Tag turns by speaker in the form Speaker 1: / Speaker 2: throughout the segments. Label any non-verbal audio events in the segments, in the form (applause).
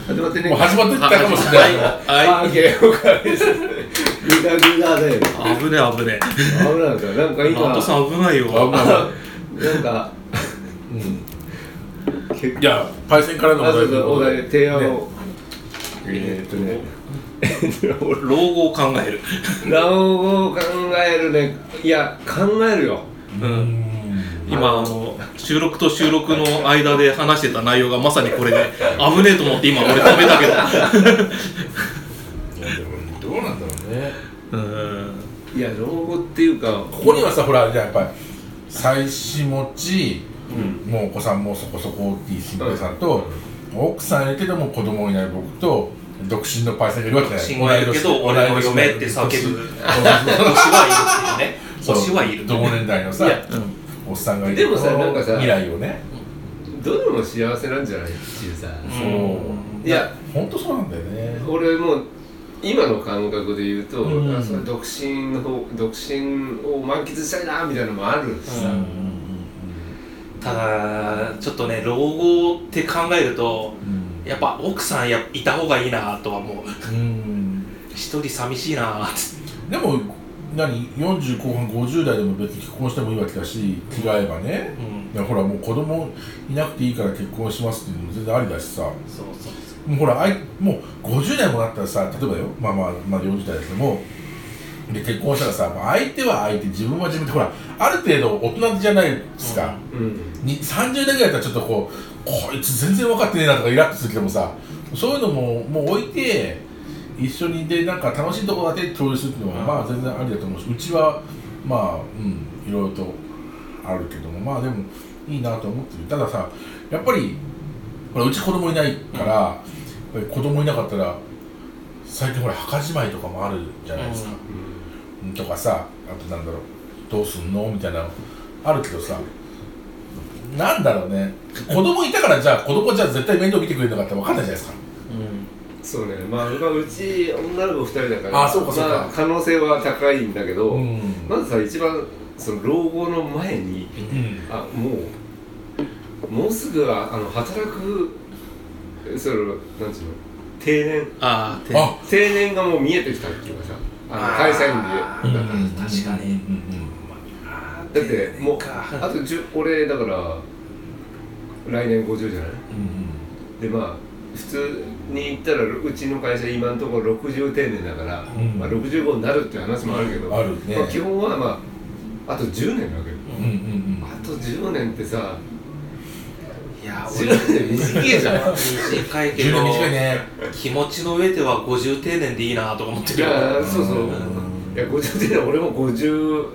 Speaker 1: 始まってね
Speaker 2: もう始まってったかもしれない。
Speaker 1: あ
Speaker 2: はい。
Speaker 1: ーゲー (laughs) ム会ですグダグダで
Speaker 3: 危ねえ危
Speaker 1: 危
Speaker 3: ねえ
Speaker 1: ないんですよなんか今
Speaker 3: ナットさん危ないよ
Speaker 2: 危ない危ない
Speaker 1: なんか結
Speaker 2: いや、パイセンからの
Speaker 1: あそうそう
Speaker 2: お
Speaker 1: お
Speaker 2: 題
Speaker 1: 題提案を、えー
Speaker 3: え
Speaker 1: っ
Speaker 3: ー
Speaker 1: と
Speaker 3: と
Speaker 1: (laughs) ね
Speaker 3: ね老後を考える
Speaker 1: 卵語を考えるねいや考えるよ
Speaker 3: うん今あの収録と収録の間で話してた内容がまさにこれで危ねえと思って今俺止めたけ
Speaker 2: どうなんだろうね。
Speaker 3: どうん
Speaker 1: いや老後っていうか
Speaker 2: ここにはさ、ほら、じゃあやっぱり、妻子持ち、もうお子さんもそこそこ大きい新平さんと、奥さんいるけども子供いない僕と、独身のパイセンがいるわけじゃない。
Speaker 3: 信がいるけど俺の嫁って叫ぶ推しはいるっていうね
Speaker 2: そう
Speaker 3: 推しはいる
Speaker 2: 同年代のさ
Speaker 1: いや、
Speaker 2: おっさんがいる
Speaker 1: でもさなんかさ
Speaker 2: 未来をね。
Speaker 1: どれも幸せなんじゃないっていうさ
Speaker 2: そうう。
Speaker 1: いや、
Speaker 2: 本当そうなんだよね。
Speaker 1: 俺もう今の感覚で言うと、
Speaker 2: うん
Speaker 1: あそれ独身の方独身を満喫したいなみたいなのもあるし
Speaker 2: う
Speaker 1: さ、
Speaker 2: んうん
Speaker 3: ただちょっとね老後って考えると
Speaker 2: うん
Speaker 3: やっぱ奥さんやいた方がいいなとは思う
Speaker 2: うん
Speaker 3: 一人寂しいなって
Speaker 2: でも何40後半50代でも別に結婚してもいいわけだし着替えばね
Speaker 3: うん
Speaker 2: いやほらもう子供いなくていいから結婚しますっていうのも全然ありだしさも
Speaker 3: そうそう
Speaker 2: うほらあいもう50代もなったらさ例えばよまあまあまあ40代だけどもで結婚したらさ、まあ相手は相手自分は自分ってほらある程度大人じゃないですか、
Speaker 1: うん、
Speaker 2: に30代ぐらいだったらちょっとこうこいつ全然分かってねえなとかイラッとするけどもさそういうのももう置いて一緒にでなんか楽しいとこだけ共有するっていうのは
Speaker 3: うん
Speaker 2: まあ全然ありだと思うしうちはまあうんいろいろとあるけどもまあでもいいなと思ってるたださやっぱりほらうち子供いないから、やっぱり子供いなかったら最近ほら墓じまいとかもあるじゃないですか、とかさあとなんだろうどうすんのみたいなのあるけどさなんだろうね子供いたからじゃあ子供じゃあ絶対面倒見てくれるのかって分かんないじゃないですか
Speaker 3: うん
Speaker 1: そうねまあまあうち女の子2人だから
Speaker 2: あそうかそうか
Speaker 1: まあ、可能性は高いんだけど、
Speaker 2: ん
Speaker 1: まずさ一番その老後の前に
Speaker 2: うん
Speaker 1: あもうもうすぐはあの働くそのなんていうの定年
Speaker 3: ああ
Speaker 2: あ
Speaker 1: 定年がもう見えてきたっていうかさあの会社員でだから
Speaker 3: うん確かに
Speaker 1: だってもうあと10俺だから来年50じゃないでまあ普通に言ったらうちの会社今のところ60定年だから、
Speaker 2: ん
Speaker 1: まあ、65になるっていう話もあるけど、
Speaker 2: あるね
Speaker 1: まあ、基本はまああと10年なわけよ
Speaker 2: うんうん
Speaker 1: あと10年ってさ
Speaker 3: いや
Speaker 1: 10
Speaker 3: 俺
Speaker 1: 年短いじゃん
Speaker 3: 短いけ
Speaker 2: 10
Speaker 3: ど
Speaker 2: 年短いね
Speaker 3: 気持ちの上では50定年でいいなとか思って
Speaker 1: い
Speaker 3: るよ
Speaker 1: やそうそう、
Speaker 2: うん
Speaker 1: いや50定年俺も50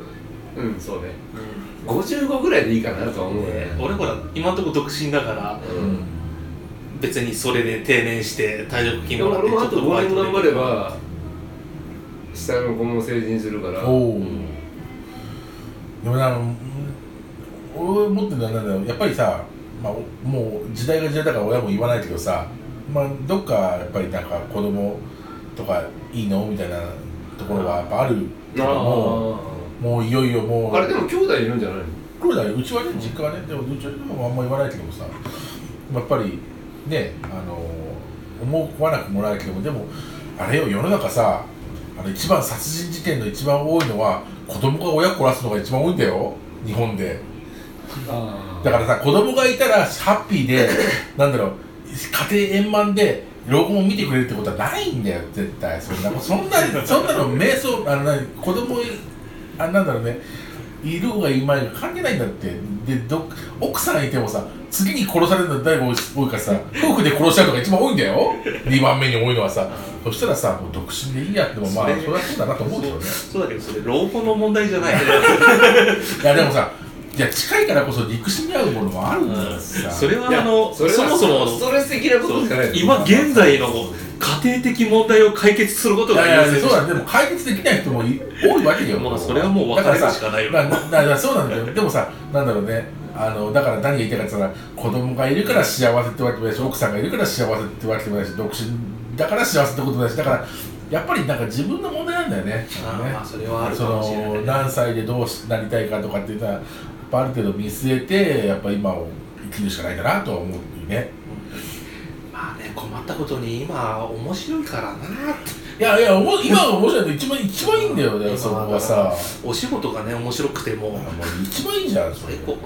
Speaker 1: うんそうね55ぐらいでいいかなとは思うね
Speaker 2: ね
Speaker 3: 俺ほら今んとこ独身だから
Speaker 1: うん
Speaker 3: 別にそれで定年して退職金
Speaker 1: で
Speaker 3: も
Speaker 1: も
Speaker 3: らっ
Speaker 1: 俺
Speaker 3: てちょ
Speaker 1: もあ
Speaker 3: っ
Speaker 1: と
Speaker 3: とバイ
Speaker 1: 5
Speaker 3: ト
Speaker 1: 年
Speaker 3: で
Speaker 1: 頑張れば下の子も成人するから
Speaker 2: おおでもなあの俺思ってるのはなんだろうやっぱりさ、まあ、おもう時代が時代だから親も言わないけどさ、まあ、どっかやっぱりなんか子供とかいいのみたいなところはやっぱあるけどももういよいよもう
Speaker 1: あれでも兄弟いるんじゃないの
Speaker 2: そうだねうちはね実家はねでもうちはでもあんま言わないけどもさやっぱりねあの思わなくもないけどもでもあれよ世の中さあの一番殺人事件の一番多いのは子供が親殺すのが一番多いんだよ日本で
Speaker 1: あ
Speaker 2: だからさ子供がいたらハッピーでなんだろう家庭円満で老後も見てくれるってことはないんだよ絶対そんなそんなそんなの瞑想あの何子供いあなんだろうねいるがいまいが関係ないんだってでど奥さんいてもさ次に殺されるの誰が多い多いからさ夫婦で殺し合うのが一番多いんだよ2番目に多いのはさそしたらさもう独身でいいやってもまあそ
Speaker 3: それ
Speaker 2: りゃそうだなと思うけどね
Speaker 3: そうだけどそれ老後の問題じゃない
Speaker 2: いやでもさいや近いからこそ憎しみ合うものもあるんだよさ
Speaker 3: それはあの
Speaker 1: そ
Speaker 3: そ
Speaker 1: れは
Speaker 3: もそも
Speaker 1: ストレス的なことじゃないの
Speaker 3: 今現在の家庭的問題を解決すること
Speaker 2: い
Speaker 3: が
Speaker 2: やい
Speaker 3: 優
Speaker 2: やそ
Speaker 3: 先
Speaker 2: うだね、でも解決できない人もい多いわけよ。
Speaker 3: まあそれはもう分かれるしかないよ
Speaker 2: だからさだからそうなんだよ。でもさ、なんだろうね。あのだから何が言いたいかって言ったら子供がいるから幸せってわけでもないし奥さんがいるから幸せってわけでもないし独身だから幸せってこともないしだからやっぱりなんか自分の問題なんだよね。
Speaker 3: あーまあそれはある
Speaker 2: そ
Speaker 3: かもしれない
Speaker 2: の何歳でどうしなりたいかとかっていうのはやっぱある程度見据えてやっぱ今を生きるしかないかなとは思うよね。
Speaker 3: まあね困ったことに今面白いからなって
Speaker 2: いやいやおも今が面白いの一番一番いいんだよだからそこはさ
Speaker 3: お仕事がね面白くて
Speaker 2: あ
Speaker 3: も
Speaker 2: もう一番いいじゃんそれ
Speaker 3: 最高
Speaker 2: う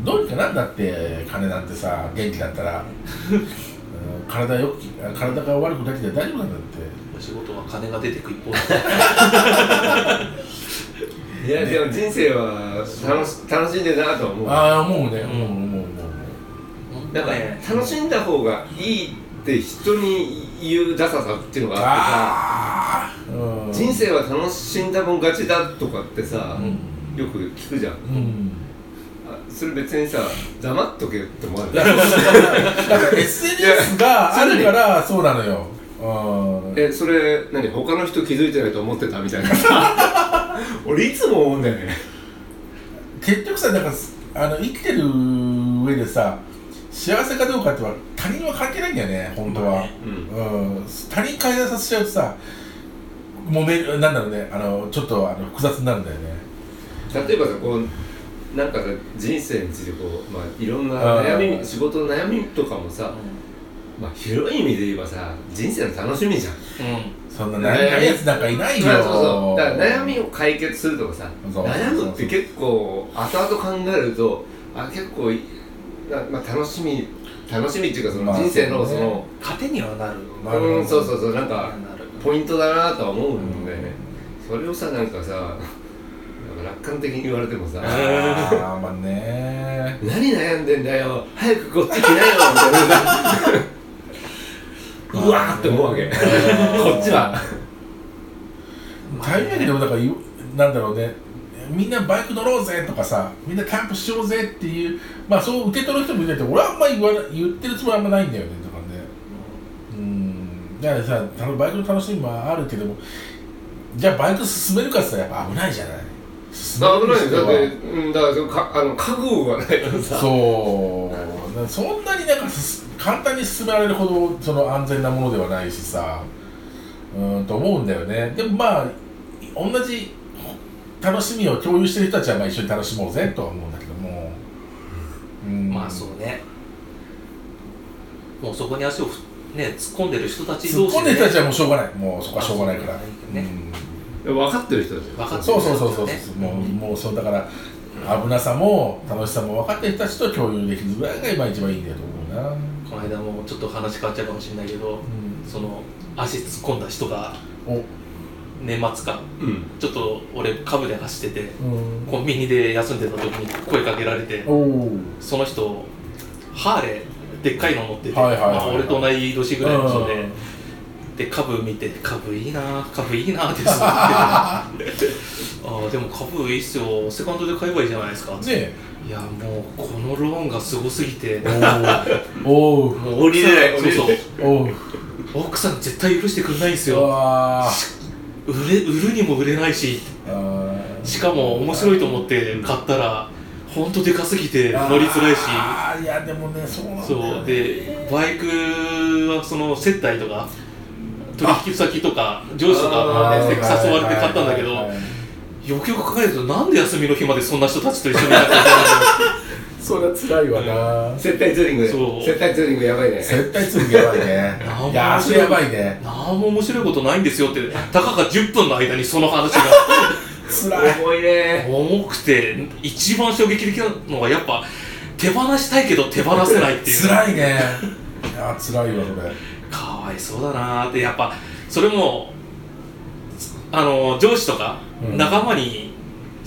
Speaker 2: んどうにかなんだって金なんてさ元気だったらうん体よく体が悪くなければ大丈夫なんだって
Speaker 3: お仕事は金が出てく一方
Speaker 2: (laughs)
Speaker 3: だ
Speaker 1: いやでも人生は楽し楽しんでるなとは思う
Speaker 2: ああもうね
Speaker 3: うん
Speaker 2: もうもうもうも
Speaker 1: なんか楽しんだ方がいいって人に言うダサさっていうの
Speaker 2: う
Speaker 1: があって
Speaker 2: ああうん
Speaker 1: さ人生は楽しんだもん勝ちだとかってさ、
Speaker 2: うん
Speaker 1: よく聞くじゃん
Speaker 2: うん
Speaker 1: あそれ別にさ黙っとけって思われ
Speaker 2: だ
Speaker 1: る
Speaker 2: からだから SNS があるからそうなのようん
Speaker 1: えそれ何他の人気づいてないと思ってたみたいな俺いつも思うんだよね
Speaker 2: 結局さだからあの生きてる上でさ幸せかどうかっては他人は関係ないんだよね本当は、
Speaker 3: まあね
Speaker 1: うん
Speaker 2: うん、他人改善させちゃうとさ揉めるなんだろうねあのちょっとあの複雑になるんだよね
Speaker 1: 例えばさこうなんかさ人生についてこう、まあ、いろん
Speaker 2: あ
Speaker 1: な
Speaker 2: ー
Speaker 1: 悩み仕事の悩みとかもさ、まあ、広い意味で言えばさ人生の楽しみじゃん
Speaker 3: うん
Speaker 2: そんな悩みあるやつなんかいないよ、
Speaker 1: まあそうそうだから悩みを解決するとかさ
Speaker 2: そう
Speaker 1: 悩むって結構後々考えるとあ結構いなまあ、楽しみ楽しみっていうかその
Speaker 2: まあ
Speaker 1: 人生の
Speaker 2: そ
Speaker 1: そう
Speaker 2: ね
Speaker 1: の、
Speaker 3: 糧にはなる
Speaker 2: まあ
Speaker 1: うんそうそうそうなん
Speaker 3: な
Speaker 1: か
Speaker 3: る
Speaker 1: ポイントだなとは思うんだよね、それをさなんかさ (laughs) なんか楽観的に言われて
Speaker 2: (laughs)
Speaker 1: もさ
Speaker 2: ああまあね
Speaker 1: 何悩んでんだよ早くこっち来なよみたいなさうわーって思うわけこっちは
Speaker 2: 大変だけどだからいなんだろうねみんなバイク乗ろうぜとかさみんなキャンプしようぜっていうまあそう受け取る人もいるけど俺はあんま言わな言ってるつもりはあんまないんだよねとかねうんだからさたのバイクの楽しみもあるけどもじゃあバイク進めるかって言ったらやっぱ危ないじゃない進め
Speaker 1: あ危
Speaker 2: る
Speaker 1: ない
Speaker 2: 人
Speaker 1: よだ
Speaker 2: は
Speaker 1: って、うん、だからそのかあの覚悟がないとさ
Speaker 2: そうだからそんなになんかす簡単に進められるほどその安全なものではないしさうーんと思うんだよねでもまあ同じ楽しみを共有してる人たちはまあ一緒に楽しもうぜとは思うんだけども、うん
Speaker 3: まあそうねもうそこに足をふね突っ込んでる人たち
Speaker 2: 突
Speaker 3: 同
Speaker 2: っ
Speaker 3: 士
Speaker 2: 込んで
Speaker 3: で
Speaker 2: る人たち
Speaker 3: ね
Speaker 2: はもうしょうがないもうそこはしょうがないから、
Speaker 3: まあそう
Speaker 2: う
Speaker 3: だね
Speaker 2: ん
Speaker 1: 分かってる人だよ
Speaker 3: 分かって
Speaker 2: そう
Speaker 3: る
Speaker 2: そうそうそう、
Speaker 3: ね
Speaker 2: もうもうそうだから危なさも楽しさも分かってる人たちと共有できるぐらいが今一番いいんだと思うな、
Speaker 3: この間もちょっと話変わっちゃうかもしれないけどその足突っ込んだ人が
Speaker 2: お
Speaker 3: 年末か
Speaker 1: うん
Speaker 3: ちょっと俺カブで走ってて
Speaker 2: うん
Speaker 3: コンビニで休んでた時に声かけられて
Speaker 2: おお
Speaker 3: その人ハーレーでっかいの乗ってて、
Speaker 2: はいはいはい
Speaker 3: まあ、俺と同い年ぐらいの人で。で、株見て、株いいなぁ、株いいなぁってずっと
Speaker 2: (laughs)
Speaker 3: 言って (laughs) てああ、でも株いいっすよ、セカンドで買えばいいじゃないですか。
Speaker 2: ね
Speaker 3: いや、もうこのローンがすごすぎて、
Speaker 2: おお
Speaker 3: もう
Speaker 1: 降りれない
Speaker 3: 奥さん
Speaker 1: 降りれ
Speaker 2: おお
Speaker 3: そうそう、奥さん絶対許してくれないんです
Speaker 2: う
Speaker 3: よ。
Speaker 2: わ
Speaker 3: 売れ、売るにも売れないし、
Speaker 2: ー
Speaker 3: しかも面白いと思って買ったら、ほんとでかすぎて乗りづらいし。
Speaker 2: あーいやでもねそうなんだよね
Speaker 3: そうでバイクはその接待とか取引先とか上司とかまあ
Speaker 2: あー
Speaker 3: ねせっかく誘われて買ったんだけど
Speaker 2: はいはいはい
Speaker 3: よくよく考えるとなんで休みの日までそんな人たちと一緒にやってた
Speaker 2: (laughs) それは辛いわな
Speaker 1: 接待ツーリングで
Speaker 3: そう
Speaker 1: 接待ツーリングやばいね
Speaker 2: 絶対すぐやばいね
Speaker 3: の
Speaker 2: いやーそれやばいね
Speaker 3: 何も面白いことないんですよってたかが10分の間にその話が
Speaker 2: 辛い
Speaker 1: 重いね
Speaker 3: 重くて一番衝撃的なのはやっぱ手放したいけど手放せないっていう
Speaker 2: (laughs) 辛いねいやー辛いわそれ
Speaker 3: かわいそうだなーってやっぱそれもあの上司とか
Speaker 2: うん
Speaker 3: 仲間に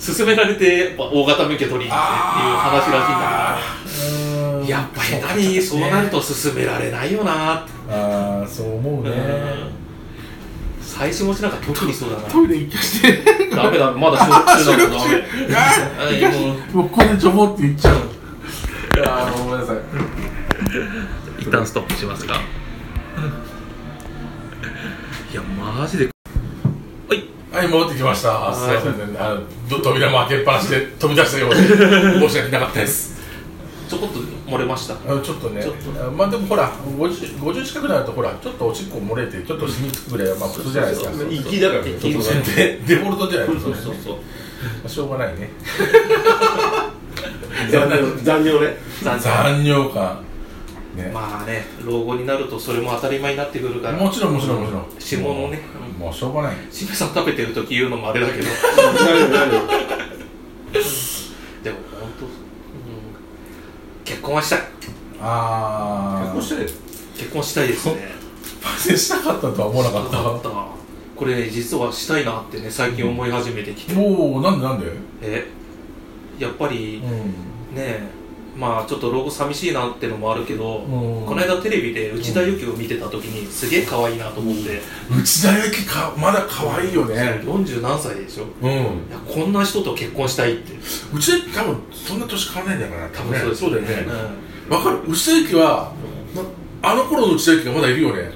Speaker 3: 勧められてやっぱ大型免許取りに行ってっていう話らしいんだ
Speaker 2: うー
Speaker 3: け
Speaker 2: ん
Speaker 3: どやっぱ下手にそうなると勧められないよなーって、
Speaker 2: ああそう思うね
Speaker 3: うん最初もしなんか特にそうだな
Speaker 2: イレ行きして
Speaker 3: ダメだまだ (laughs) 収録中だもん
Speaker 2: あ
Speaker 3: ダメはいもう
Speaker 2: もうここでジョボって言っちゃういやーごめんなさい
Speaker 3: 一旦ストップしますがいやマジではい
Speaker 2: はい、戻ってきました。すい
Speaker 3: はい
Speaker 2: ませんねあのど扉も開けっぱなし (laughs) で飛び出したようで申し訳なかったです。
Speaker 3: ちょこっと漏れました
Speaker 2: あのちょっとね
Speaker 3: ちょっと
Speaker 2: あまあでもほら50、50近くなるとほら、ちょっとおしっこ漏れて、ちょっと死につくぐらいはまあ普通じゃないですか。
Speaker 3: そうそう
Speaker 1: 粋だからね
Speaker 3: 粋
Speaker 1: そう
Speaker 2: でデフォルトじゃないです
Speaker 3: そう
Speaker 2: か。
Speaker 3: そうそう
Speaker 2: しょうがない (laughs) ね。
Speaker 1: 残尿残尿ね (laughs)
Speaker 3: 残念
Speaker 2: 残尿感。ね
Speaker 3: まあね老後になるとそれも当たり前になってくるから
Speaker 2: もちろんもちろんもちろん
Speaker 3: 下のね
Speaker 2: もうもうしょうがない
Speaker 3: しめさん食べてる時言うのもあれだけど (laughs) でも本当、うん、結婚はしたい
Speaker 2: ああ
Speaker 1: 結婚して
Speaker 3: 結婚したいですね
Speaker 2: 婚したかったとは思わなか
Speaker 3: した
Speaker 2: (laughs)
Speaker 3: か
Speaker 2: っ
Speaker 3: ったこれ実はしたいなってね最近思い始めてきて、
Speaker 2: たもうなんでなんで
Speaker 3: えやっぱり
Speaker 2: うん
Speaker 3: ねえまあちょっと老後寂しいなってのもあるけど、
Speaker 2: うん
Speaker 3: この間テレビで内田有紀を見てた時にすげえ可愛いなと思って、
Speaker 2: 内田有紀かまだ可愛いよね
Speaker 3: 40何歳でしょ
Speaker 2: うん
Speaker 3: いやこんな人と結婚したいって
Speaker 2: 内田有紀多分そんな年変わらないんだから
Speaker 3: 多分そうで
Speaker 2: ね
Speaker 3: す
Speaker 2: だよね
Speaker 3: う
Speaker 2: わかる内田有紀はなあの頃の内田有紀がまだいるよね
Speaker 3: ん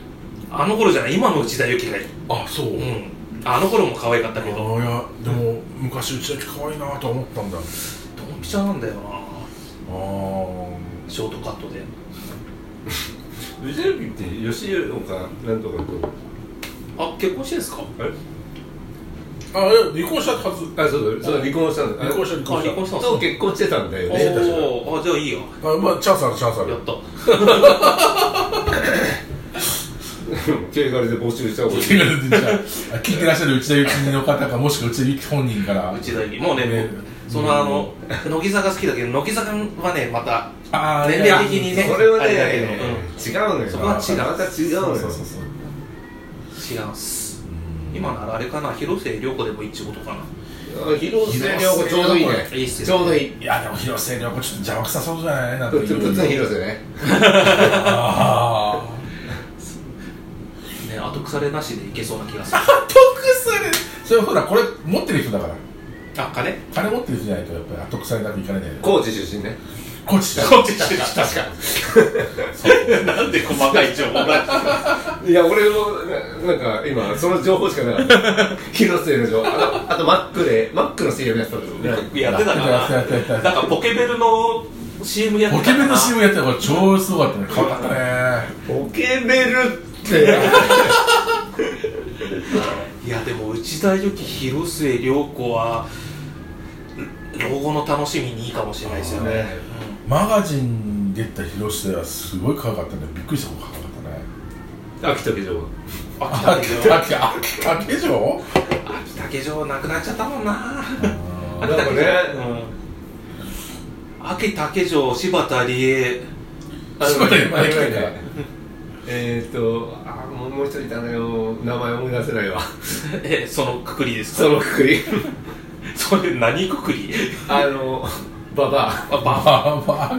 Speaker 3: あの頃じゃない今の内田有紀がいい、
Speaker 2: あそう
Speaker 3: う、
Speaker 2: うん
Speaker 3: あの頃も可愛かったけど
Speaker 2: あいやでも昔内田有紀可愛いなとは思ったんだあ
Speaker 3: ドンピシャなんだよな
Speaker 2: あ
Speaker 3: ショートカットで
Speaker 1: フジテレビって吉岡なんとかと
Speaker 3: あ結婚してんすか
Speaker 1: あれ
Speaker 2: あいや離婚したはず
Speaker 1: あそうそうそう離婚したんだ
Speaker 2: 離婚した
Speaker 3: あ離婚したんす
Speaker 1: と
Speaker 3: か
Speaker 1: 結婚してたんだよ
Speaker 3: お
Speaker 1: ね
Speaker 3: ーあじゃあいいや
Speaker 2: あまあチャンスあるチャンスあ
Speaker 3: や
Speaker 2: る
Speaker 3: った
Speaker 1: (laughs) 経営からで募集した方がいい
Speaker 2: 手軽でじゃあ聞いてらっしゃる内田有紀の方かもしくは内田有紀本人から
Speaker 3: 内田有紀もうね
Speaker 2: ね
Speaker 3: 僕そのあの乃木坂好きだけど乃木坂はねまた
Speaker 2: あー
Speaker 3: 年齢的にね
Speaker 1: それは
Speaker 3: あれだけど、
Speaker 1: ね違うのよ
Speaker 3: そこは違う
Speaker 1: また違うのよ
Speaker 2: そうそうそう
Speaker 3: うん、違うんす今ならあれかな広末涼子でもいいってことかな
Speaker 1: あ広末涼子ちょうどいいね
Speaker 3: いいっすよ
Speaker 1: ちょうどいい
Speaker 2: いやでも広末涼子ちょっと邪魔くさそうじゃないなんて
Speaker 1: 普通
Speaker 2: いう
Speaker 1: の広瀬ね
Speaker 2: あ
Speaker 3: ね後腐れなしでいけそうな気 (laughs) がする
Speaker 2: あ後腐れそれほらこれ持ってる人だから
Speaker 3: あ金
Speaker 2: 金持ってる人じゃないとやっぱり後腐れなくいかないんだよ
Speaker 1: 高知出身ね
Speaker 2: こっちだ
Speaker 3: こっちしてた確か (laughs) なんで細かい情報だ
Speaker 1: いや俺もななんか今その情報しかなかった (laughs) 広末の情報あとあとマックでマックの CM やってたんだよね
Speaker 3: やってたか
Speaker 2: やってたやってた
Speaker 3: ら
Speaker 2: やってた
Speaker 3: なんかポケベルの CM やって
Speaker 2: ポ
Speaker 3: たか
Speaker 2: ケ
Speaker 3: ら
Speaker 2: ベルの CM やってたから超すごかったね変わったね
Speaker 1: ポケベルって
Speaker 3: いやでも内田有紀広末涼子は老後の楽しみにいいかもしれないですよね
Speaker 1: ね
Speaker 2: マガジンに出た広末はすごい可愛かったねびっくりしたほうが可愛かったね
Speaker 1: 秋田美女
Speaker 3: 秋
Speaker 2: あ
Speaker 3: 田
Speaker 2: っ
Speaker 3: 家
Speaker 2: あっあっあっ城
Speaker 3: 秋田家城なくなっちゃったもんな
Speaker 1: なんかね
Speaker 3: うん秋田家城柴田理恵
Speaker 1: あ
Speaker 2: そうだよ
Speaker 1: あの
Speaker 2: 前回ね
Speaker 1: えーっとあもうもう一人いたのよ名前思い出せないわ
Speaker 3: えそのくくりですか
Speaker 1: そのくくり
Speaker 3: それ何くくり
Speaker 1: あのババア
Speaker 3: あババ
Speaker 2: あまあ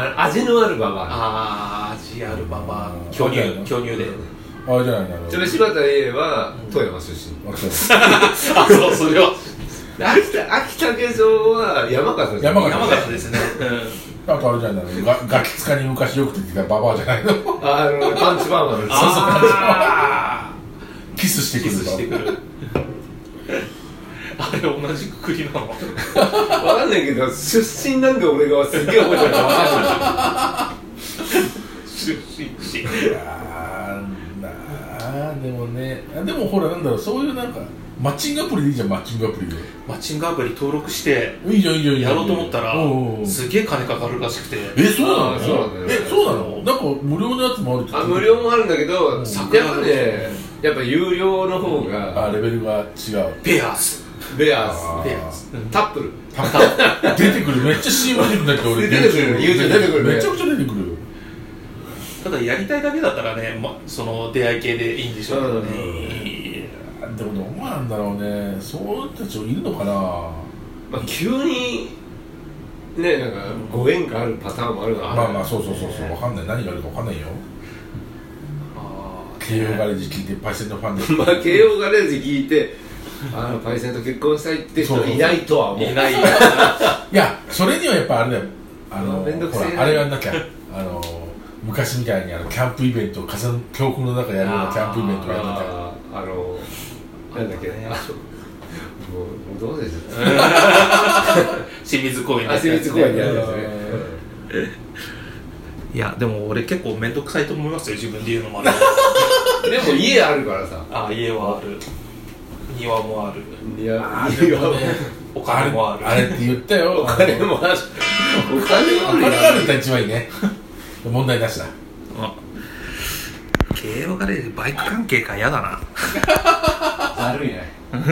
Speaker 1: あの味のあるババ
Speaker 3: あージアルババ
Speaker 2: うん
Speaker 3: 巨乳
Speaker 2: うん
Speaker 3: 巨乳で
Speaker 2: あれじゃないなる
Speaker 1: ア
Speaker 2: ほ
Speaker 1: ちな
Speaker 2: ど
Speaker 1: みに柴田理恵は富山出身
Speaker 2: あそう
Speaker 3: あそうそれは
Speaker 1: で秋田秋田家城は山形じゃん
Speaker 2: (laughs) 山形
Speaker 3: 山形ですね
Speaker 2: あとあれじゃないのガガキ使に昔よく出てきたババアじゃないの
Speaker 1: あのパンチパーマの
Speaker 3: あ
Speaker 2: キスし
Speaker 3: あ
Speaker 2: てく
Speaker 3: キ
Speaker 2: る
Speaker 3: スしてくるあれ同じくくりなの
Speaker 1: わかんないけど出身なんで俺がすっげえ覚えてるかわかんない
Speaker 3: 出身地
Speaker 2: あーなあでもねあでもほらなんだろうそういうなんかマッチングアプリでいいじゃんマッチングアプリで
Speaker 3: マッチングアプリ登録して
Speaker 2: いいじゃんいいじゃんいいじゃ
Speaker 3: や
Speaker 2: ん
Speaker 3: ろうと思ったら
Speaker 2: おうおうおう
Speaker 3: すげえ金かかるらしくて
Speaker 2: えそうな
Speaker 1: あ
Speaker 2: の
Speaker 1: そうなんだよね
Speaker 2: えそうなのなんか無料のやつもあるって
Speaker 1: あ無料もあるんだけど、やっぱ
Speaker 3: 桜の
Speaker 1: ねやっぱ有料の方が
Speaker 2: あレベルが違う
Speaker 3: ペアーズ
Speaker 1: ベア
Speaker 2: あ
Speaker 1: ー
Speaker 3: ペアー
Speaker 1: ズ
Speaker 3: ズ
Speaker 1: タップル
Speaker 2: た出てくるめっちゃ CM 出てくるんだって俺
Speaker 1: 出てくる YouTube 出てくるね
Speaker 2: めちゃくちゃ出てくる
Speaker 3: ただやりたいだけだったらね、ま、その出会い系でいいんでしょうけどね、
Speaker 1: うん
Speaker 2: いやでもどうなんだろうねそういう人たちいるのかな
Speaker 1: まあ急にねなんかご縁があるパターンもあるから
Speaker 2: まあまあそうそうそうそうわかんない何があるかわかんないよ
Speaker 3: あー
Speaker 2: 慶応ガレージ聞いてパイセンのファンで
Speaker 1: まあ慶応ガレージ聞いてあのパイセンと結婚したいって人いないとは思う
Speaker 3: いないよ
Speaker 2: いやそれにはやっぱあれだよあの
Speaker 1: めんどく
Speaker 2: ほ
Speaker 1: せえな
Speaker 2: らあれやんなきゃあの昔みたいにあのキャンプイベントを風の強風の中やるようなキャンプイベントがやんなきゃ
Speaker 1: あーあのなんだっけ
Speaker 3: あのね
Speaker 1: あのもうもうどうでしょう
Speaker 3: 清水公園
Speaker 1: あ清水公園でやるやつね
Speaker 3: いやでも俺結構面倒くさいと思いますよ自分で言うのもある
Speaker 1: でも家あるからさ
Speaker 3: あー家はある庭もある
Speaker 1: いや
Speaker 2: ー
Speaker 1: 家
Speaker 2: でもね
Speaker 3: お金もあ
Speaker 1: (laughs)
Speaker 3: る
Speaker 2: あれって言ったよ
Speaker 1: お金もあるお金
Speaker 2: あのお金
Speaker 1: も
Speaker 2: が
Speaker 1: あ
Speaker 2: ある
Speaker 1: る
Speaker 2: って一番いいね問題なしだ
Speaker 3: あ競馬がでバイク関係か嫌だな
Speaker 1: あるんや。ある。